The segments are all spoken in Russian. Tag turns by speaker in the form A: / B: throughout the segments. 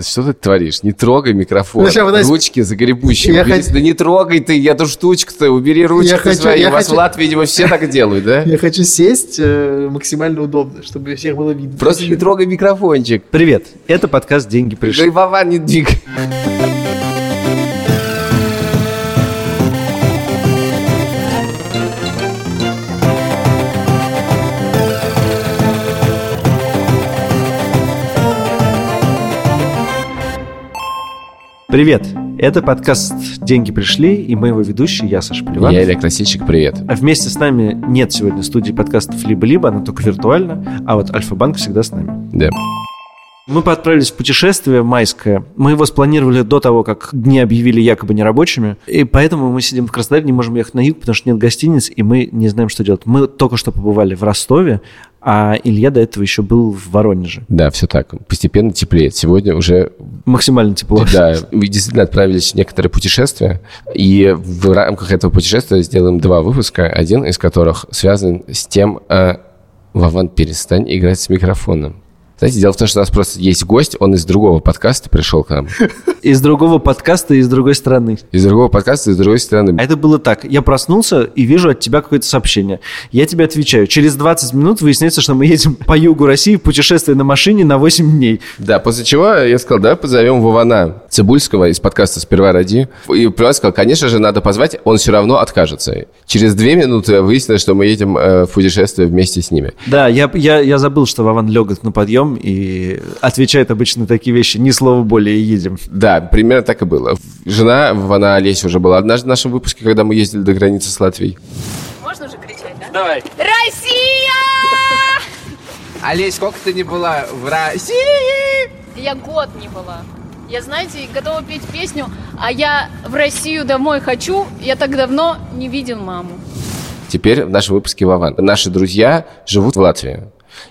A: Что ты творишь? Не трогай микрофон.
B: Ну, ща, вот, знаете,
A: Ручки загребущие.
B: я
A: убери.
B: хот-
A: Да не трогай ты, я эту штучку-то, убери ручки
B: хочу-
A: свои.
B: я
A: У вас
B: хочу-
A: в Латвии, видимо, все так делают, да?
B: Я хочу сесть э, максимально удобно, чтобы всех было видно.
A: Просто не трогай микрофончик.
C: Привет, это подкаст «Деньги пришли».
A: Голова не двигай.
C: Привет, это подкаст «Деньги пришли» и моего ведущий я, Саша Поливанов.
A: Я Илья Красильщик, привет.
C: А вместе с нами нет сегодня студии подкастов «Либо-либо», она только виртуальна, а вот Альфа-Банк всегда с нами.
A: Да.
C: Мы поотправились в путешествие майское. Мы его спланировали до того, как дни объявили якобы нерабочими. И поэтому мы сидим в Краснодаре, не можем ехать на юг, потому что нет гостиниц, и мы не знаем, что делать. Мы только что побывали в Ростове, а Илья до этого еще был в Воронеже.
A: Да, все так. Постепенно теплеет. Сегодня уже
C: Максимально тепло.
A: Да, мы действительно отправились в некоторые путешествия, и в рамках этого путешествия сделаем два выпуска, один из которых связан с тем, э, Вован, перестань играть с микрофоном. Знаете, дело в том, что у нас просто есть гость, он из другого подкаста пришел к нам.
C: Из другого подкаста и из другой страны.
A: Из другого подкаста, из другой
C: А
A: страны.
C: это было так. Я проснулся и вижу от тебя какое-то сообщение. Я тебе отвечаю. Через 20 минут выясняется, что мы едем по югу России в путешествие на машине на 8 дней.
A: Да, после чего я сказал, давай позовем Вована Цибульского из подкаста «Сперва ради». И Приван сказал, конечно же, надо позвать, он все равно откажется. Через две минуты выяснилось, что мы едем э, в путешествие вместе с ними.
C: Да, я, я, я забыл, что Вован легок на подъем и отвечает обычно такие вещи. Ни слова более и едем.
A: Да, примерно так и было. Жена, она Олеся уже была однажды в нашем выпуске, когда мы ездили до границы с Латвией.
D: Можно уже кричать, да?
C: Давай.
D: Россия!
A: Олесь, сколько ты не была в России?
D: Я год не была. Я, знаете, готова петь песню, а я в Россию домой хочу. Я так давно не видел маму.
A: Теперь в нашем выпуске Вован. Наши друзья живут в Латвии.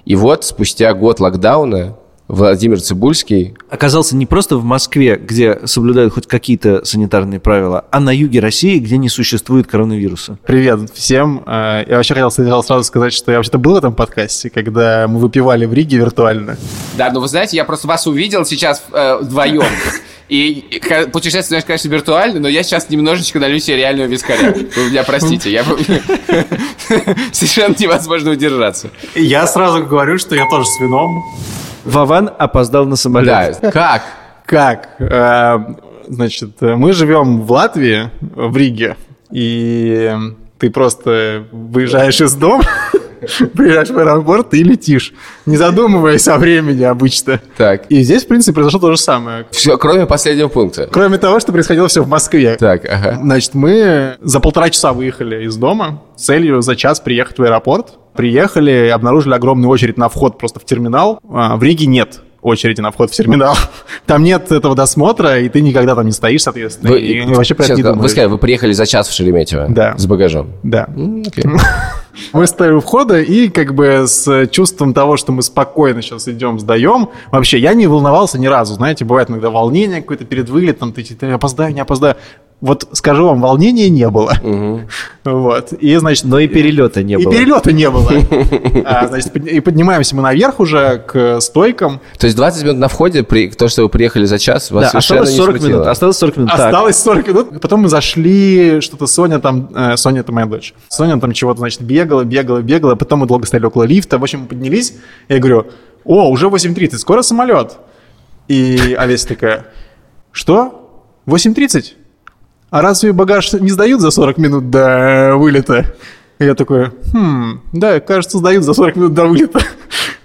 A: И вот спустя год локдауна Владимир Цибульский
C: Оказался не просто в Москве, где соблюдают хоть какие-то санитарные правила, а на юге России, где не существует коронавируса.
E: Привет всем. Э, Я вообще хотел сначала сразу сказать, что я вообще-то был в этом подкасте, когда мы выпивали в Риге виртуально.
A: Да, ну вы знаете, я просто вас увидел сейчас э, вдвоем. И и, ка- путешествие, знаешь, конечно, виртуально, но я сейчас немножечко налью себе реального вискаря. Вы меня простите, я совершенно невозможно удержаться.
F: Я сразу говорю, что я тоже с вином.
C: Вован опоздал на самолет.
A: Да, как?
E: Как? Э, Значит, э, мы живем в Латвии, э, в Риге, и э, ты просто выезжаешь из дома, приезжаешь в аэропорт и летишь, не задумываясь о времени обычно.
A: Так.
E: И здесь, в принципе, произошло то же самое.
A: Все, кроме последнего пункта.
E: Кроме того, что происходило все в Москве.
A: Так, ага.
E: Значит, мы за полтора часа выехали из дома с целью за час приехать в аэропорт. Приехали, обнаружили огромную очередь на вход просто в терминал. А, в Риге нет очереди на вход в терминал. Там нет этого досмотра, и ты никогда там не стоишь, соответственно. и вообще про это
A: Сейчас,
E: не
A: да, вы
E: думаешь.
A: сказали, вы приехали за час в Шереметьево.
E: Да.
A: С багажом.
E: Да.
A: М, окей.
E: Мы стоим у входа и как бы с чувством того, что мы спокойно сейчас идем, сдаем. Вообще, я не волновался ни разу. Знаете, бывает иногда волнение какое-то перед вылетом. Ты, ты опоздаю, не опоздаю. Вот скажу вам, волнения не было. Вот. И, значит,
C: Но и перелета не было.
E: И перелета не было. А, значит, под- и поднимаемся мы наверх уже к стойкам.
A: То есть 20 минут на входе, при, то, что вы приехали за час, вас
C: Да,
A: совершенно
C: осталось
A: не
C: 40
A: смутило?
C: минут. Осталось 40 минут. Так.
E: Осталось 40 минут. Потом мы зашли, что-то Соня там... э, Соня, это моя дочь. Соня там чего-то, значит, бегала, бегала, бегала. Потом мы долго стояли около лифта. В общем, мы поднялись. Я говорю, о, уже 8.30, скоро самолет. И Олеся такая, что? 8.30? А разве багаж не сдают за 40 минут до вылета? И я такой, хм, да, кажется, сдают за 40 минут до вылета.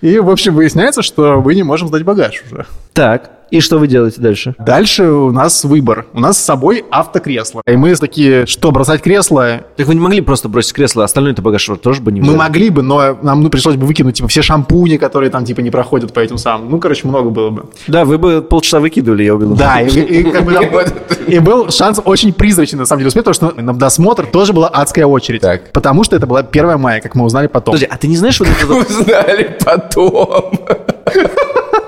E: И, в общем, выясняется, что мы не можем сдать багаж уже.
C: Так, и что вы делаете дальше?
E: Дальше у нас выбор. У нас с собой автокресло. И мы такие, что, бросать кресло?
C: Так вы не могли просто бросить кресло, а остальной-то багаж вот тоже бы не
E: Мы
C: взяли.
E: могли бы, но нам ну, пришлось бы выкинуть типа все шампуни, которые там типа не проходят по этим самым. Ну, короче, много было бы.
C: Да, вы бы полчаса выкидывали, я уверен.
E: Да, и, и как бы нам- и был шанс очень призрачный, на самом деле, успеть, потому что на досмотр тоже была адская очередь.
A: Так.
E: Потому что это была 1 мая, как мы узнали потом.
C: Подожди, а ты не знаешь вот это вот,
A: Узнали потом.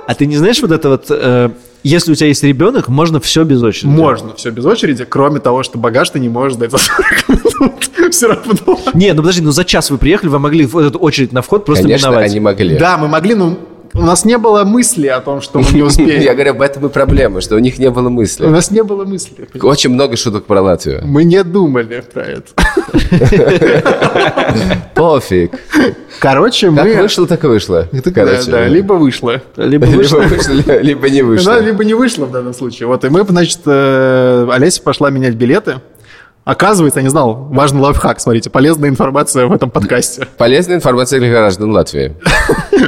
C: а ты не знаешь вот это вот, э, если у тебя есть ребенок, можно все без очереди.
E: Можно все без очереди, кроме того, что багаж ты не можешь дать за 40 минут. Все равно.
C: Не, ну подожди, ну за час вы приехали, вы могли вот эту очередь на вход просто
A: Конечно,
C: миновать.
A: они могли.
E: Да, мы могли, но У нас не было мысли о том, что мы не Ну,
A: Я
E: успеем.
A: говорю, об этом и проблема, что у них не было
E: У
A: мысли.
E: нас не было мысли.
A: Очень много шуток про Латвию.
E: Мы не думали про это.
A: Пофиг.
E: Короче,
A: Как
E: мы...
A: вышло, так и вышло.
E: Это Ну, да,
A: Короче,
E: да, либо вышло.
C: Либо
A: либо
C: вышло.
A: вышло, ли- либо не
E: Да,
A: вышло.
E: Ну, либо не вышло в данном случае. Вот, и мы, значит, э, Олеся пошла менять билеты. Оказывается, я не знал, важный лайфхак, смотрите, полезная информация в этом подкасте.
A: Полезная информация для граждан Латвии.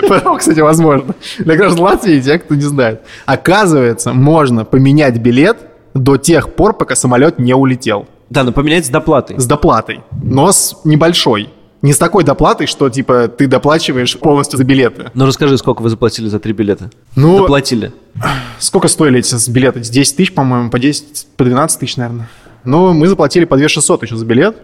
E: Потому, кстати, возможно. Для граждан Латвии, и тех, кто не знает. Оказывается, можно поменять билет до тех пор, пока самолет не улетел.
C: Да, но поменять с доплатой.
E: С доплатой, но с небольшой. Не с такой доплатой, что, типа, ты доплачиваешь полностью за билеты.
C: Ну расскажи, сколько вы заплатили за три билета?
E: Ну,
C: Доплатили.
E: Сколько стоили эти с- билеты? 10 тысяч, по-моему, по 10, по 12 тысяч, наверное. Ну, мы заплатили по 2 600 еще за билет.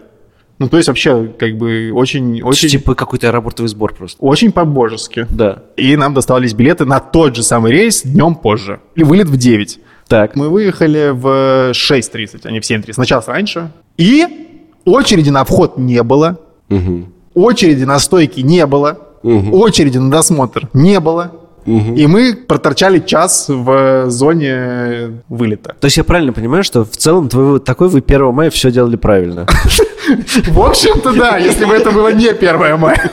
E: Ну, то есть вообще, как бы, очень,
C: Это
E: очень,
C: Типа какой-то аэропортовый сбор просто.
E: очень по-божески.
C: Да.
E: И нам доставались билеты на тот же самый рейс днем позже. Или вылет в 9.
C: Так.
E: Мы выехали в 6.30, а не в 7.30. На час раньше. И очереди на вход не было. Очереди на стойке не было. Очереди на досмотр не было. И мы проторчали час в зоне вылета.
C: То есть я правильно понимаю, что в целом твой вывод такой, вы 1 мая все делали правильно.
E: В общем-то, да, если бы это было не 1 мая.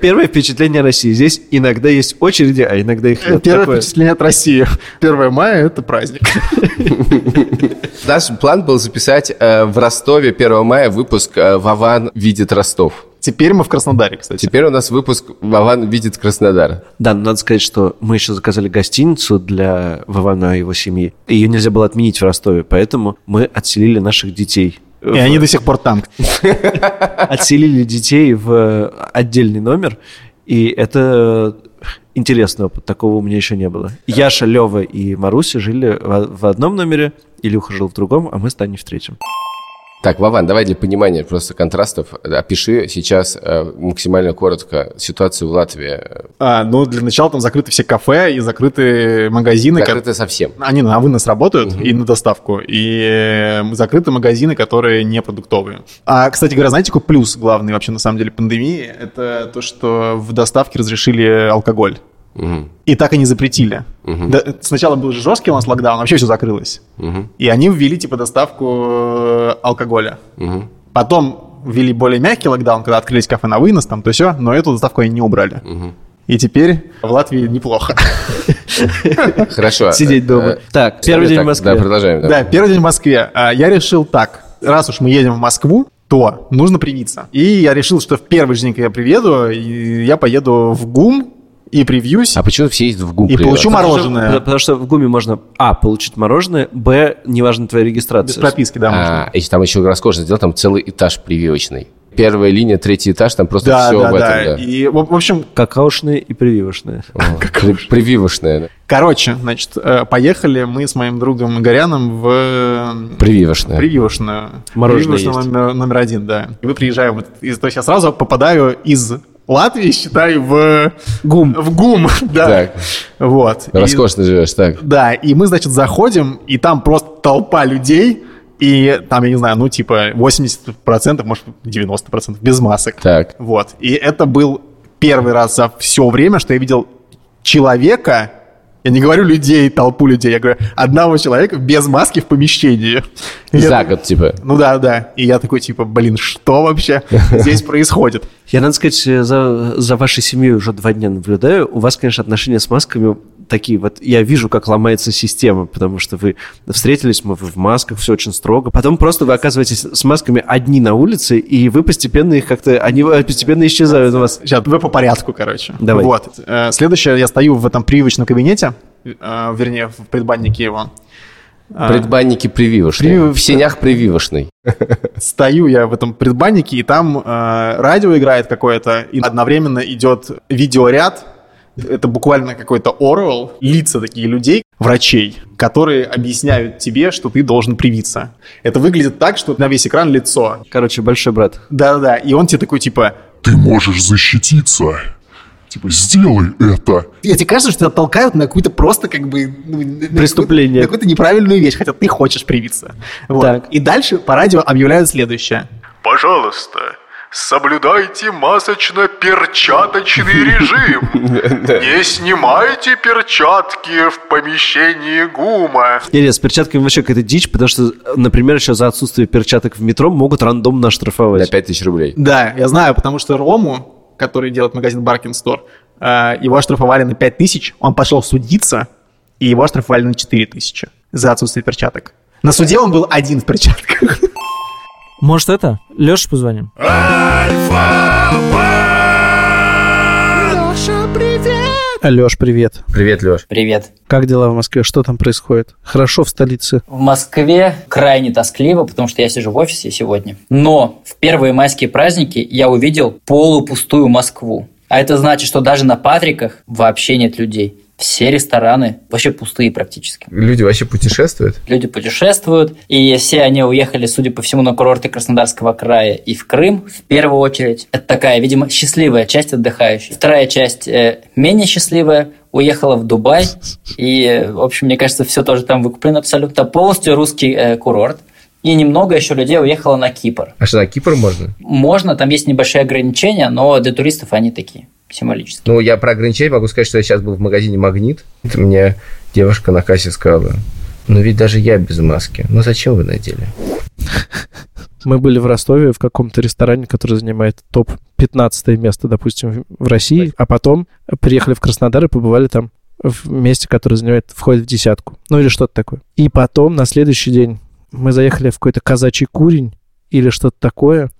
C: Первое впечатление России. Здесь иногда есть очереди, а иногда их нет.
E: Первое
C: Такое.
E: впечатление от России. 1 мая – это праздник.
A: Наш план был записать э, в Ростове 1 мая выпуск э, «Вован видит Ростов».
E: Теперь мы в Краснодаре, кстати.
A: Теперь у нас выпуск «Вован видит Краснодар».
C: Да, но надо сказать, что мы еще заказали гостиницу для Вована и его семьи. Ее нельзя было отменить в Ростове, поэтому мы отселили наших детей.
E: И они до сих пор там.
C: Отселили детей в э, отдельный номер, и это интересный опыт, такого у меня еще не было. Яша, Лева и Маруся жили в в одном номере, Илюха жил в другом, а мы с Таней в третьем.
A: Так, Вован, давай для понимания просто контрастов э, опиши сейчас э, максимально коротко ситуацию в Латвии.
E: А, ну, для начала там закрыты все кафе и закрыты магазины. ко-
A: Закрыто совсем.
E: Они на вынос работают и на доставку. И э, закрыты магазины, которые не продуктовые. А, кстати говоря, знаете, какой плюс главный вообще на самом деле пандемии? Это то, что в доставке разрешили алкоголь.
A: Мгм.
E: И так и не запретили. Да, сначала был же жесткий у нас локдаун, вообще все закрылось. И они ввели типа доставку э, алкоголя. Потом ввели более мягкий локдаун, когда открылись кафе на вынос, там то все, но эту доставку они не убрали. И теперь в Латвии неплохо.
A: Хорошо.
C: Сидеть дома.
A: Э,
C: Так, первый день в
A: так,
C: Москве.
A: Да, продолжаем. да.
E: Да, первый день в Москве. А, Я решил так, раз уж мы едем в Москву, то нужно привиться. И я решил, что в первый же день, когда я приеду, и я поеду в ГУМ и привьюсь,
A: А почему все ездят в ГУМ?
E: и
A: приват?
E: получу
C: Потому,
E: мороженое.
C: потому что в ГУМе можно, а, получить мороженое, б, неважно твоя
E: Без
C: регистрация.
E: прописки, да, можно.
A: А, если там еще роскошно сделать, там целый этаж прививочный. Первая линия, третий этаж, там просто
E: Да,
A: все
E: да,
A: об этом.
E: да.
A: да.
E: И, в в общем,
C: Какаошные и прививочные.
A: О, при- Прививочная. да.
E: Короче, значит, э, поехали мы с моим другом Горяном в э,
A: Прививочная.
E: прививочную.
C: Мороженое
E: Прививочную
C: есть.
E: номер, номер один, да. И мы приезжаем, вот из- то есть я сразу попадаю из Латвии, считай, в,
C: ГУМ.
E: в ГУМ, да.
A: Так.
E: Вот. И-
A: Роскошно живешь, так.
E: да, и мы, значит, заходим, и там просто толпа людей, и там, я не знаю, ну, типа 80%, может, 90% без масок.
A: Так.
E: Вот. И это был первый раз за все время, что я видел человека, я не говорю людей, толпу людей, я говорю одного человека без маски в помещении. И я
A: За
E: так-
A: год, типа.
E: Ну да, да. И я такой, типа, блин, что вообще здесь происходит?
C: Я, надо сказать, э, за, за вашей семьей уже два дня наблюдаю. У вас, конечно, отношения с масками такие. Вот я вижу, как ломается система, потому что вы встретились, мы вы в масках, все очень строго. Потом просто вы оказываетесь с масками одни на улице, и вы постепенно их как-то... Они э, постепенно исчезают у вас.
E: Сейчас, давай по порядку, короче.
C: Давай.
E: Вот. Э, Следующее, я стою в этом привычном кабинете, э, вернее, в предбаннике его. А.
A: Предбанники прививочные.
E: Привив-
A: В сенях прививочный.
E: Стою я в этом предбаннике, и там э, радио играет какое-то, и одновременно идет видеоряд. Это буквально какой-то Орвел, лица такие людей, врачей, которые объясняют тебе, что ты должен привиться. Это выглядит так, что на весь экран лицо.
C: Короче, большой брат.
E: Да-да-да, и он тебе такой типа...
G: ты можешь защититься. Типа, сделай это.
E: Я тебе кажется, что тебя толкают на какую-то просто как бы... ну, на- на
C: Преступление.
E: какую-то- На какую-то неправильную вещь, хотя ты хочешь привиться. Вот.
C: Так.
E: И дальше по радио объявляют следующее.
H: Пожалуйста, Соблюдайте масочно-перчаточный режим. Не снимайте перчатки в помещении ГУМа.
C: Не, не, с перчатками вообще какая-то дичь, потому что, например, еще за отсутствие перчаток в метро могут рандомно
A: На
C: оштрафовать.
A: 5000 рублей.
E: Да, я знаю, потому что Рому, который делает магазин Barkin Store, э, его оштрафовали на 5 тысяч, он пошел судиться, и его оштрафовали на 4 тысячи за отсутствие перчаток. На суде он был один в перчатках.
I: Может, это? Леша позвоним? Леш, привет.
A: Привет, Леш.
J: Привет.
I: Как дела в Москве? Что там происходит? Хорошо в столице?
J: В Москве крайне тоскливо, потому что я сижу в офисе сегодня. Но в первые майские праздники я увидел полупустую Москву. А это значит, что даже на Патриках вообще нет людей. Все рестораны вообще пустые практически.
A: Люди вообще путешествуют?
J: Люди путешествуют, и все они уехали, судя по всему, на курорты Краснодарского края и в Крым в первую очередь. Это такая, видимо, счастливая часть отдыхающих. Вторая часть э, менее счастливая уехала в Дубай, и, э, в общем, мне кажется, все тоже там выкуплено абсолютно. Это полностью русский э, курорт. И немного еще людей уехало на Кипр.
A: А что, на Кипр можно?
J: Можно, там есть небольшие ограничения, но для туристов они такие символические.
A: Ну, я про ограничения могу сказать, что я сейчас был в магазине «Магнит». Это мне девушка на кассе сказала. Ну, ведь даже я без маски. Ну, зачем вы надели?
I: Мы были в Ростове в каком-то ресторане, который занимает топ-15 место, допустим, в России, а потом приехали в Краснодар и побывали там в месте, которое занимает, входит в десятку. Ну или что-то такое. И потом на следующий день мы заехали в какой-то казачий курень или что-то такое,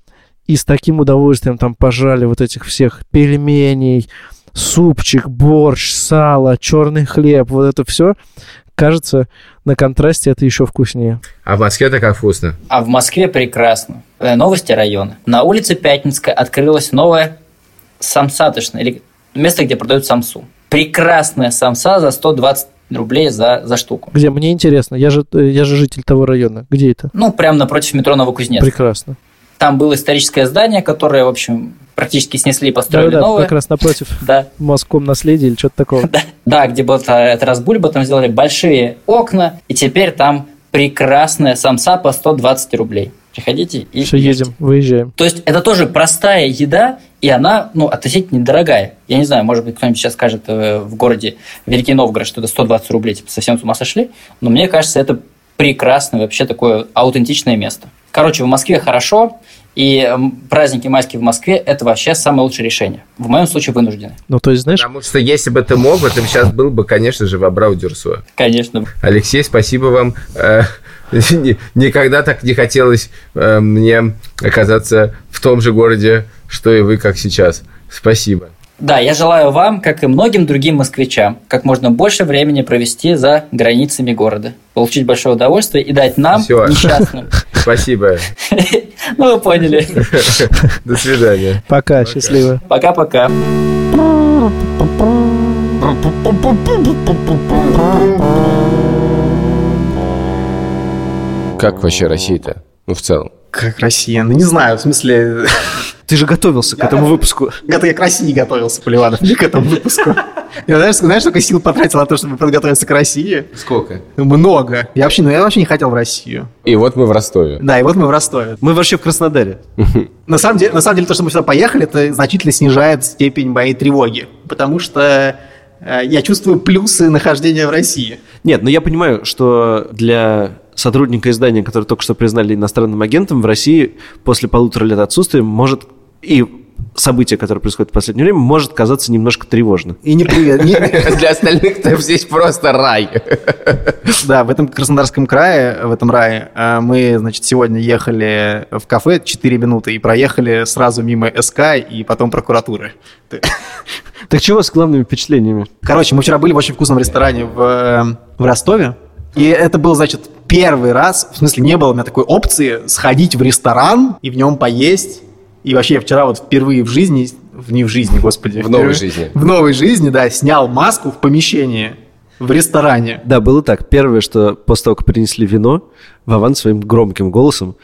I: и с таким удовольствием там пожали вот этих всех пельменей, супчик, борщ, сало, черный хлеб, вот это все. Кажется, на контрасте это еще вкуснее.
A: А в Москве-то как вкусно.
J: А в Москве прекрасно. Э, Новости района. На улице Пятницкая открылась новая самсаточная, или место, где продают самсу. Прекрасная самса за 120 рублей за, за штуку.
I: Где? Мне интересно. Я же, э, я же житель того района. Где это?
J: Ну, прямо напротив метро Новокузнецк.
I: Прекрасно.
J: Там было историческое здание, которое, в общем, практически снесли и
I: Да,
J: построили
I: да,
J: новое.
I: как раз напротив
J: Да,
I: Моском наследие или что-то такого.
J: да, где был Тарас Бульба, там сделали большие окна, и теперь там прекрасная самса по 120 рублей. Приходите и
I: Все,
J: ешьте.
I: едем, выезжаем.
J: То есть это тоже простая еда, и она, ну, относительно недорогая. Я не знаю, может быть, кто-нибудь сейчас скажет э, в городе Великий Новгород, что это 120 рублей, типа совсем с ума сошли, но мне кажется, это прекрасное вообще такое аутентичное место. Короче, в Москве хорошо, и м, праздники майские в Москве – это вообще самое лучшее решение. В моем случае вынуждены.
I: Ну, то есть, знаешь,
A: Потому что если бы ты мог, бы, ты бы сейчас был бы, конечно же, в Абрау-Дюрсо.
J: Конечно.
A: Алексей, спасибо вам. Э, ни- Никогда так не хотелось э, мне оказаться в том же городе, что и вы, как сейчас. Спасибо.
J: Да, я желаю вам, как и многим другим москвичам, как можно больше времени провести за границами города, получить большое удовольствие и дать нам,
A: Всё.
J: несчастным.
A: Спасибо.
J: Ну, вы поняли.
A: До свидания.
I: пока, счастливо.
J: Пока-пока.
A: Как вообще Россия-то? Ну, в целом.
E: Как Россия? Ну, не знаю, в смысле...
C: Ты же готовился к этому выпуску.
E: Это я к России готовился, Поливанов, не к этому выпуску. Я, знаешь, знаешь, сколько сил потратил на то, чтобы подготовиться к России?
A: Сколько?
E: Много. Я вообще, ну, я вообще не хотел в Россию.
A: И вот мы в Ростове.
E: Да, и вот мы в Ростове.
C: Мы вообще в Краснодаре.
E: На самом, деле, на самом деле, то, что мы сюда поехали, это значительно снижает степень моей тревоги, потому что э, я чувствую плюсы нахождения в России.
C: Нет, но я понимаю, что для сотрудника издания, который только что признали иностранным агентом, в России после полутора лет отсутствия может и событие, которое происходит в последнее время, может казаться немножко тревожно.
E: И не привет. не-
A: Для остальных-то здесь просто рай.
E: Да, в этом Краснодарском крае, в этом рае, э, мы, значит, сегодня ехали в кафе 4 минуты и проехали сразу мимо СК и потом прокуратуры. Ты-
C: Так чего с главными впечатлениями?
E: Короче, мы вчера были в очень вкусном ресторане в, э, в Ростове. И это был, значит, первый раз, в смысле, не было у меня такой опции сходить в ресторан и в нем поесть. И вообще я вчера вот впервые в жизни, в не в жизни, господи.
A: В новой
E: впервые-
A: жизни.
E: В новой жизни, да, снял маску в помещении, в ресторане.
C: Да, было так. Первое, что после того, как принесли вино, Вован своим громким голосом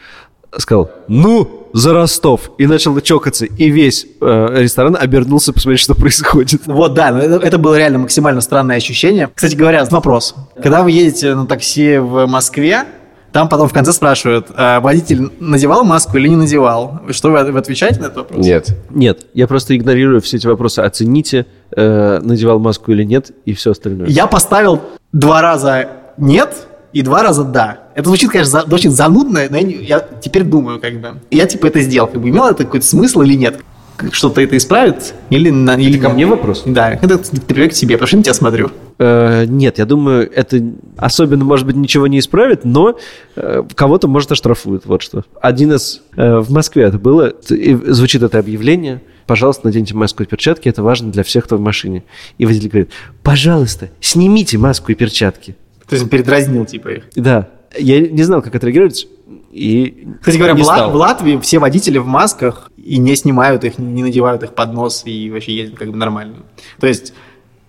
C: сказал «Ну, за Ростов!» и начал чокаться, и весь э, ресторан обернулся посмотреть, что происходит.
E: Вот, да, ну, это, это было реально максимально странное ощущение. Кстати говоря, вопрос. Когда вы едете на такси в Москве, Там потом в конце спрашивают, а водитель надевал маску или не надевал? Что вы, вы отвечаете на этот вопрос?
A: Нет.
C: Нет, я просто игнорирую все эти вопросы. Оцените, э, надевал маску или нет, и все остальное.
E: Я поставил два раза «нет» и два раза «да». Это звучит, конечно, за- очень занудно, но я, не- я теперь думаю, как бы. Я, типа, это сделал. Как бы, имело это какой-то смысл или нет? Как- Что-то это исправит? Или, на- или
C: ко мне вопрос?
E: Да, это привлек к себе, потому что я на тебя смотрю.
C: Э, нет, я думаю, это особенно, может быть, ничего не исправит, но э, кого-то, может, оштрафуют. Вот что. Один из... э, в Москве это было. т- и звучит это объявление. Пожалуйста, наденьте маску и перчатки. Это важно для всех, кто в машине. И водитель говорит, пожалуйста, снимите маску и перчатки.
E: То есть он передразнил, типа, их.
C: Да. Я не знал, как отреагировать. И
E: Кстати говоря,
C: не
E: в, Ла-
C: стал.
E: в Латвии все водители в масках и не снимают их, не надевают их под нос и вообще ездят как бы нормально. То есть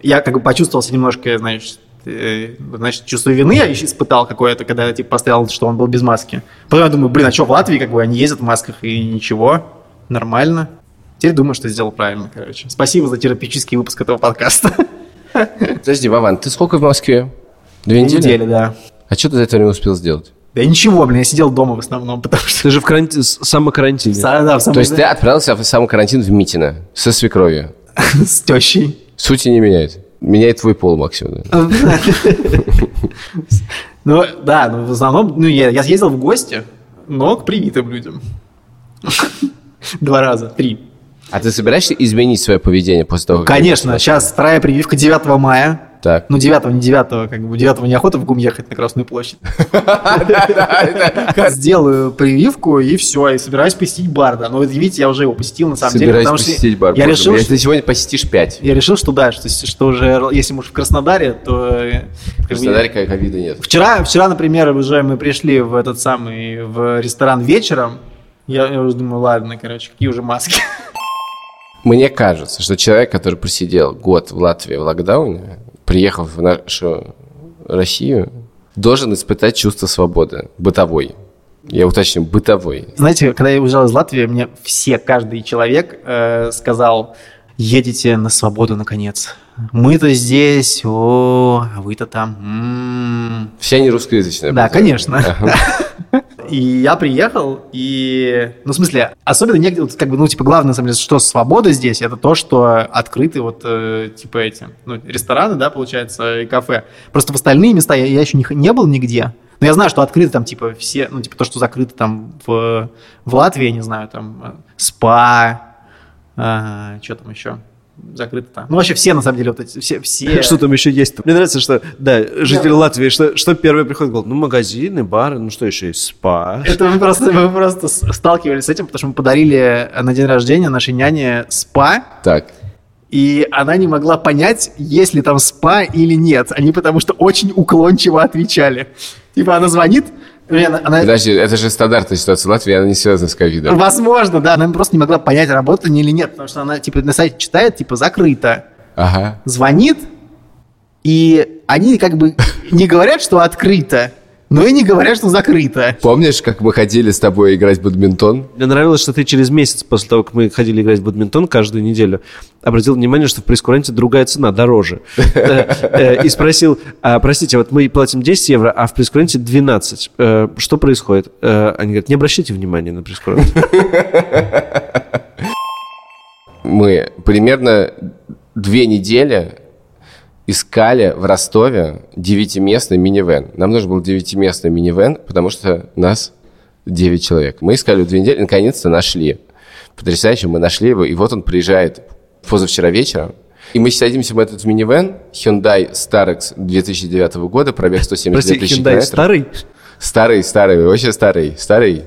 E: я как бы почувствовался немножко, значит, э, значит, чувство вины я еще испытал какое-то, когда я типа поставил, что он был без маски. Потом я думаю, блин, а что в Латвии, как бы они ездят в масках и ничего, нормально. Теперь думаю, что сделал правильно, короче. Спасибо за терапевтический выпуск этого подкаста.
A: Подожди, Вован, ты сколько в Москве? Две недели?
E: да.
A: А что ты за это время успел сделать?
E: Да ничего, блин, я сидел дома в основном, потому что...
C: Ты же в каранти- с- самокарантине.
E: Са- Ну, да, в самом
A: То есть ты
E: деле,
A: отправился в сам карантин в Митино со свекровью.
E: с тещей.
A: Сути не меняет. Меняет твой пол максимум. наверное.
E: Ну, да, ну, в основном, ну, я, я съездил в гости, но к привитым людям. Два раза, три.
A: А ты собираешься изменить свое поведение после того, как...
E: Конечно, сейчас вторая прививка 9 мая.
A: Так.
E: Ну, 9 не 9 как бы, 9 неохота в ГУМ ехать на Красную площадь. Сделаю прививку, и все, и собираюсь посетить Барда. Ну, вот видите, я уже его посетил, на самом деле,
A: Собираюсь
E: потому что
A: посетить бар.
E: я
A: Боже
E: решил,
A: мой,
E: что-
A: Ты сегодня посетишь пять.
E: я решил, что да, что, что уже, если мы уж в Краснодаре, то... э, как бы,
A: В Краснодаре ковида нет.
E: Вчера, вчера, например, уже мы пришли в этот самый в ресторан вечером. Я, я уже думаю, ладно, короче, какие уже маски.
A: Мне кажется, что человек, который просидел год в Латвии в локдауне, приехал в нашу Россию, должен испытать чувство свободы бытовой. Я уточню, бытовой.
E: Знаете, когда я уезжал из Латвии, мне все, каждый человек э, сказал, едете на свободу, наконец. Мы-то здесь, о, а вы-то там. м-м». м».
A: Все они русскоязычные.
E: Да,
A: образования.
E: конечно.
A: Ага.
E: И я приехал, и... Ну, в смысле, особенно негде, вот, как бы, ну, типа, главное, на самом деле, что свобода здесь, это то, что открыты вот, э, типа, эти, ну, рестораны, да, получается, и кафе. Просто в остальные места я, я еще не, х- не был нигде. Но я знаю, что открыты там, типа, все, ну, типа, то, что закрыто там в, в Латвии, я не знаю, там, э, спа, что там еще закрыто там. Ну, вообще все, на самом деле, вот эти, все... все...
C: Что там еще есть? Мне нравится, что, да, жители Латвии, что, что первое приходит в голову? Ну, магазины, бары, ну что еще есть? Спа.
E: Это мы просто, мы просто с- сталкивались с этим, потому что мы подарили э, на день рождения нашей няне спа,
A: Так.
E: и она не могла понять, есть ли там спа или нет. Они потому что очень уклончиво отвечали. Типа она звонит, и она- она-
A: Подожди, это же стандартная ситуация в Латвии, она не связана с ковидом.
E: возможно, да, она просто не могла понять, работает они или нет, потому что она типа на сайте читает, типа закрыто,
A: Ага.
E: звонит, и они как бы не говорят, что открыто, но и не говорят, что закрыто.
A: Помнишь, как мы ходили с тобой играть в бадминтон?
C: Мне нравилось, что ты через месяц после того, как мы ходили играть в бадминтон каждую неделю, обратил внимание, что в прейскуранте другая цена, дороже. Э, э, И спросил, «А, простите, вот мы платим 10 евро, а в прейскуранте 12. Э, Что происходит? Э, Они говорят, не обращайте внимания на прейскурант.
A: мы примерно две недели искали в Ростове девятиместный минивэн. Нам нужен был девятиместный минивэн, потому что нас 9 человек. Мы искали две недели, наконец-то нашли. Потрясающе, мы нашли его, и вот он приезжает позавчера вечером, и мы садимся в этот минивэн Hyundai Starex 2009 года, пробег 172
C: Прости,
A: тысячи
C: Hyundai
A: километров.
C: старый?
A: Старый, старый, вообще старый, старый.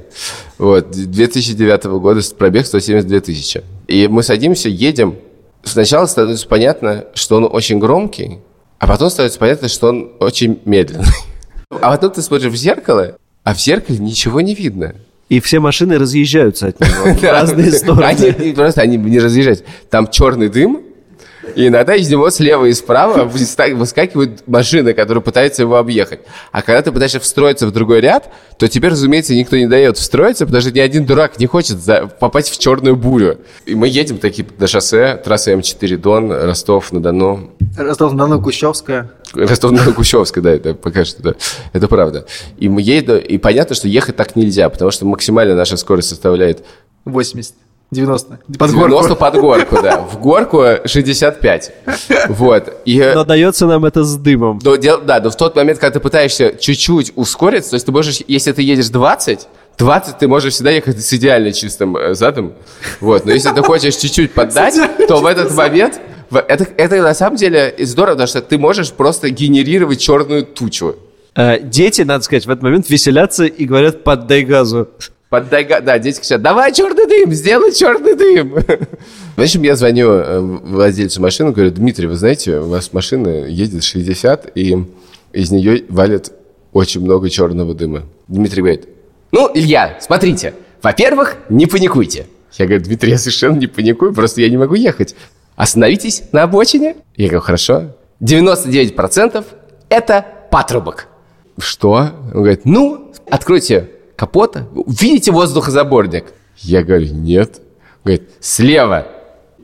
A: Вот, 2009 года с- пробег 172 тысячи. И мы садимся, едем. Сначала становится понятно, что он очень громкий, а потом становится понятно, что он очень медленный. А потом ты смотришь в зеркало, а в зеркале ничего не видно.
C: И все машины разъезжаются от него в
A: Да.
C: разные стороны.
A: Они- и просто они не разъезжаются. Там черный дым, И иногда из него слева и справа выста- выскакивают машины, которые пытаются его объехать. А когда ты пытаешься встроиться в другой ряд, то тебе, разумеется, никто не дает встроиться, потому что ни один дурак не хочет за- попасть в черную бурю. И мы едем такие на шоссе, трасса М4 Дон, Ростов-на-Дону.
B: Ростов-на-Дону, Кущевская.
A: Ростов на Кущевской, да, это пока что, да. Это правда. И мы едем, и понятно, что ехать так нельзя, потому что максимально наша скорость составляет
B: 80. 90. Под горку.
A: 90 под горку, да. В горку 65. Вот. И,
C: Но дается нам это с дымом.
A: но дел- да, но в тот момент, когда ты пытаешься чуть-чуть ускориться, то есть ты можешь, если ты едешь 20, 20 ты можешь всегда ехать с идеально чистым э, задом. Вот. Но если ты хочешь чуть-чуть поддать, то в этот момент... в- Это, это на самом деле здорово, потому что ты можешь просто генерировать черную тучу.
C: Э, Дети, надо сказать, в этот момент веселятся и говорят «поддай газу».
A: Поддай, га- да, дети кричат, давай черный дым, сделай черный дым. В общем, я звоню э, владельцу машины, говорю, Дмитрий, вы знаете, у вас машина едет 60, и из нее валит очень много черного дыма. Дмитрий говорит, ну, Илья, смотрите, во-первых, не паникуйте. Я говорю, Дмитрий, я совершенно не паникую, просто я не могу ехать. Остановитесь на обочине. Я говорю, хорошо. 99% это патрубок. Что? Он говорит, ну, откройте капот, видите воздухозаборник? Я говорю, нет. Он говорит, слева.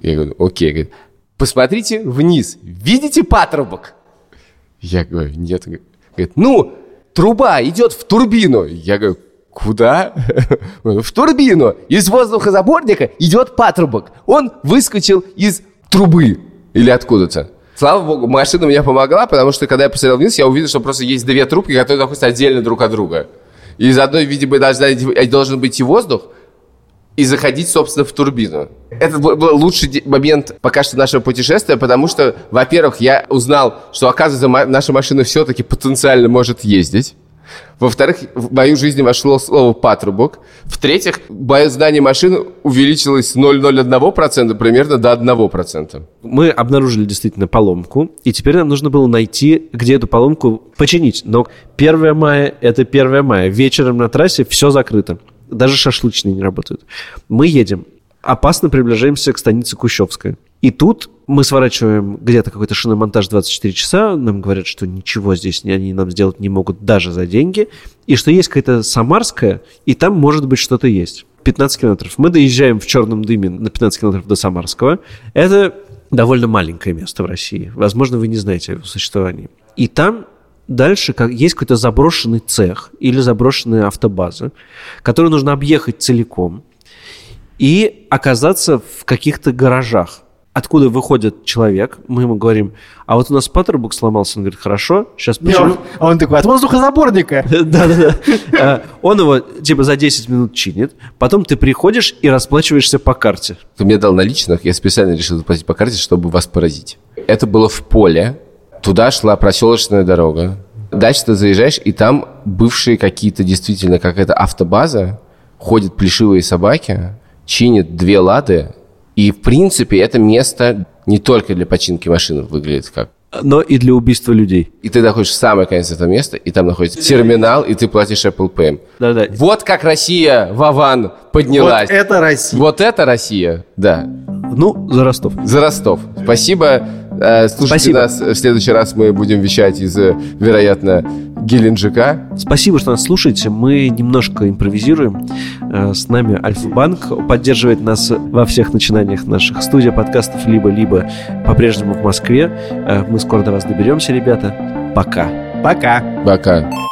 A: Я говорю, окей. Говорит, посмотрите вниз, видите патрубок? Я говорю, нет. Он Говорит, ну, труба идет в турбину. Я говорю, куда? Он говорит, В турбину. Из воздухозаборника идет патрубок. Он выскочил из трубы или откуда-то. Слава богу, машина мне помогла, потому что, когда я посмотрел вниз, я увидел, что просто есть две трубки, которые находятся отдельно друг от друга. И из одной, видимо, должна идти- должен быть и воздух, и заходить, собственно, в турбину. Это был был лучший де- момент пока что нашего путешествия, потому что, во-первых, я узнал, что, оказывается, ма- наша машина все-таки потенциально может ездить. Во-вторых, в мою жизнь вошло слово «патрубок». В-третьих, мое знание машин увеличилось с 0,01% примерно до 1%.
C: Мы обнаружили действительно поломку, и теперь нам нужно было найти, где эту поломку починить. Но 1 мая – это 1 мая. Вечером на трассе все закрыто. Даже шашлычные не работают. Мы едем. Опасно приближаемся к станице Кущевская. И тут мы сворачиваем где-то какой-то шиномонтаж 24 часа, нам говорят, что ничего здесь не- они нам сделать не могут даже за деньги, и что есть какая-то Самарская, и там, может быть, что-то есть. 15 километров. Мы доезжаем в черном дыме на 15 километров до Самарского. Это довольно маленькое место в России. Возможно, вы не знаете о его существовании. И там дальше как, есть какой-то заброшенный цех или заброшенная автобаза, которую нужно объехать целиком и оказаться в каких-то гаражах. Откуда выходит человек, мы ему говорим, а вот у нас патрубок сломался, он говорит, хорошо, сейчас починю».
E: А он такой, от воздухозаборника.
C: Да-да-да. Э, Он его типа за 10 минут чинит, потом ты приходишь и расплачиваешься по карте.
A: Ты мне дал наличных, я специально решил заплатить по карте, чтобы вас поразить. Это было в поле, туда шла проселочная дорога. Дальше ты заезжаешь, и там бывшие какие-то действительно какая-то автобаза, ходят плешивые собаки, чинят две лады, и в принципе это место не только для починки машин выглядит как.
C: Но и для убийства людей.
A: И ты доходишь в самый конец этого места, и там находится терминал, и ты платишь Apple Pay.
C: Да-да.
A: Вот как Россия, Вован, поднялась.
B: Вот это Россия.
A: вот это Россия, да.
C: Ну, за Ростов.
A: За Ростов. Спасибо. Э, Слушайте
C: Спасибо.
A: нас. В следующий раз мы будем вещать из, э, вероятно, Геленджика.
C: Спасибо, что нас слушаете. Мы немножко импровизируем. Э, С нами Альфа-Банк поддерживает нас во всех начинаниях наших студия подкастов либо-либо по-прежнему в Москве. Э, Мы скоро до вас доберемся, ребята. Пока.
E: Пока.
A: Пока.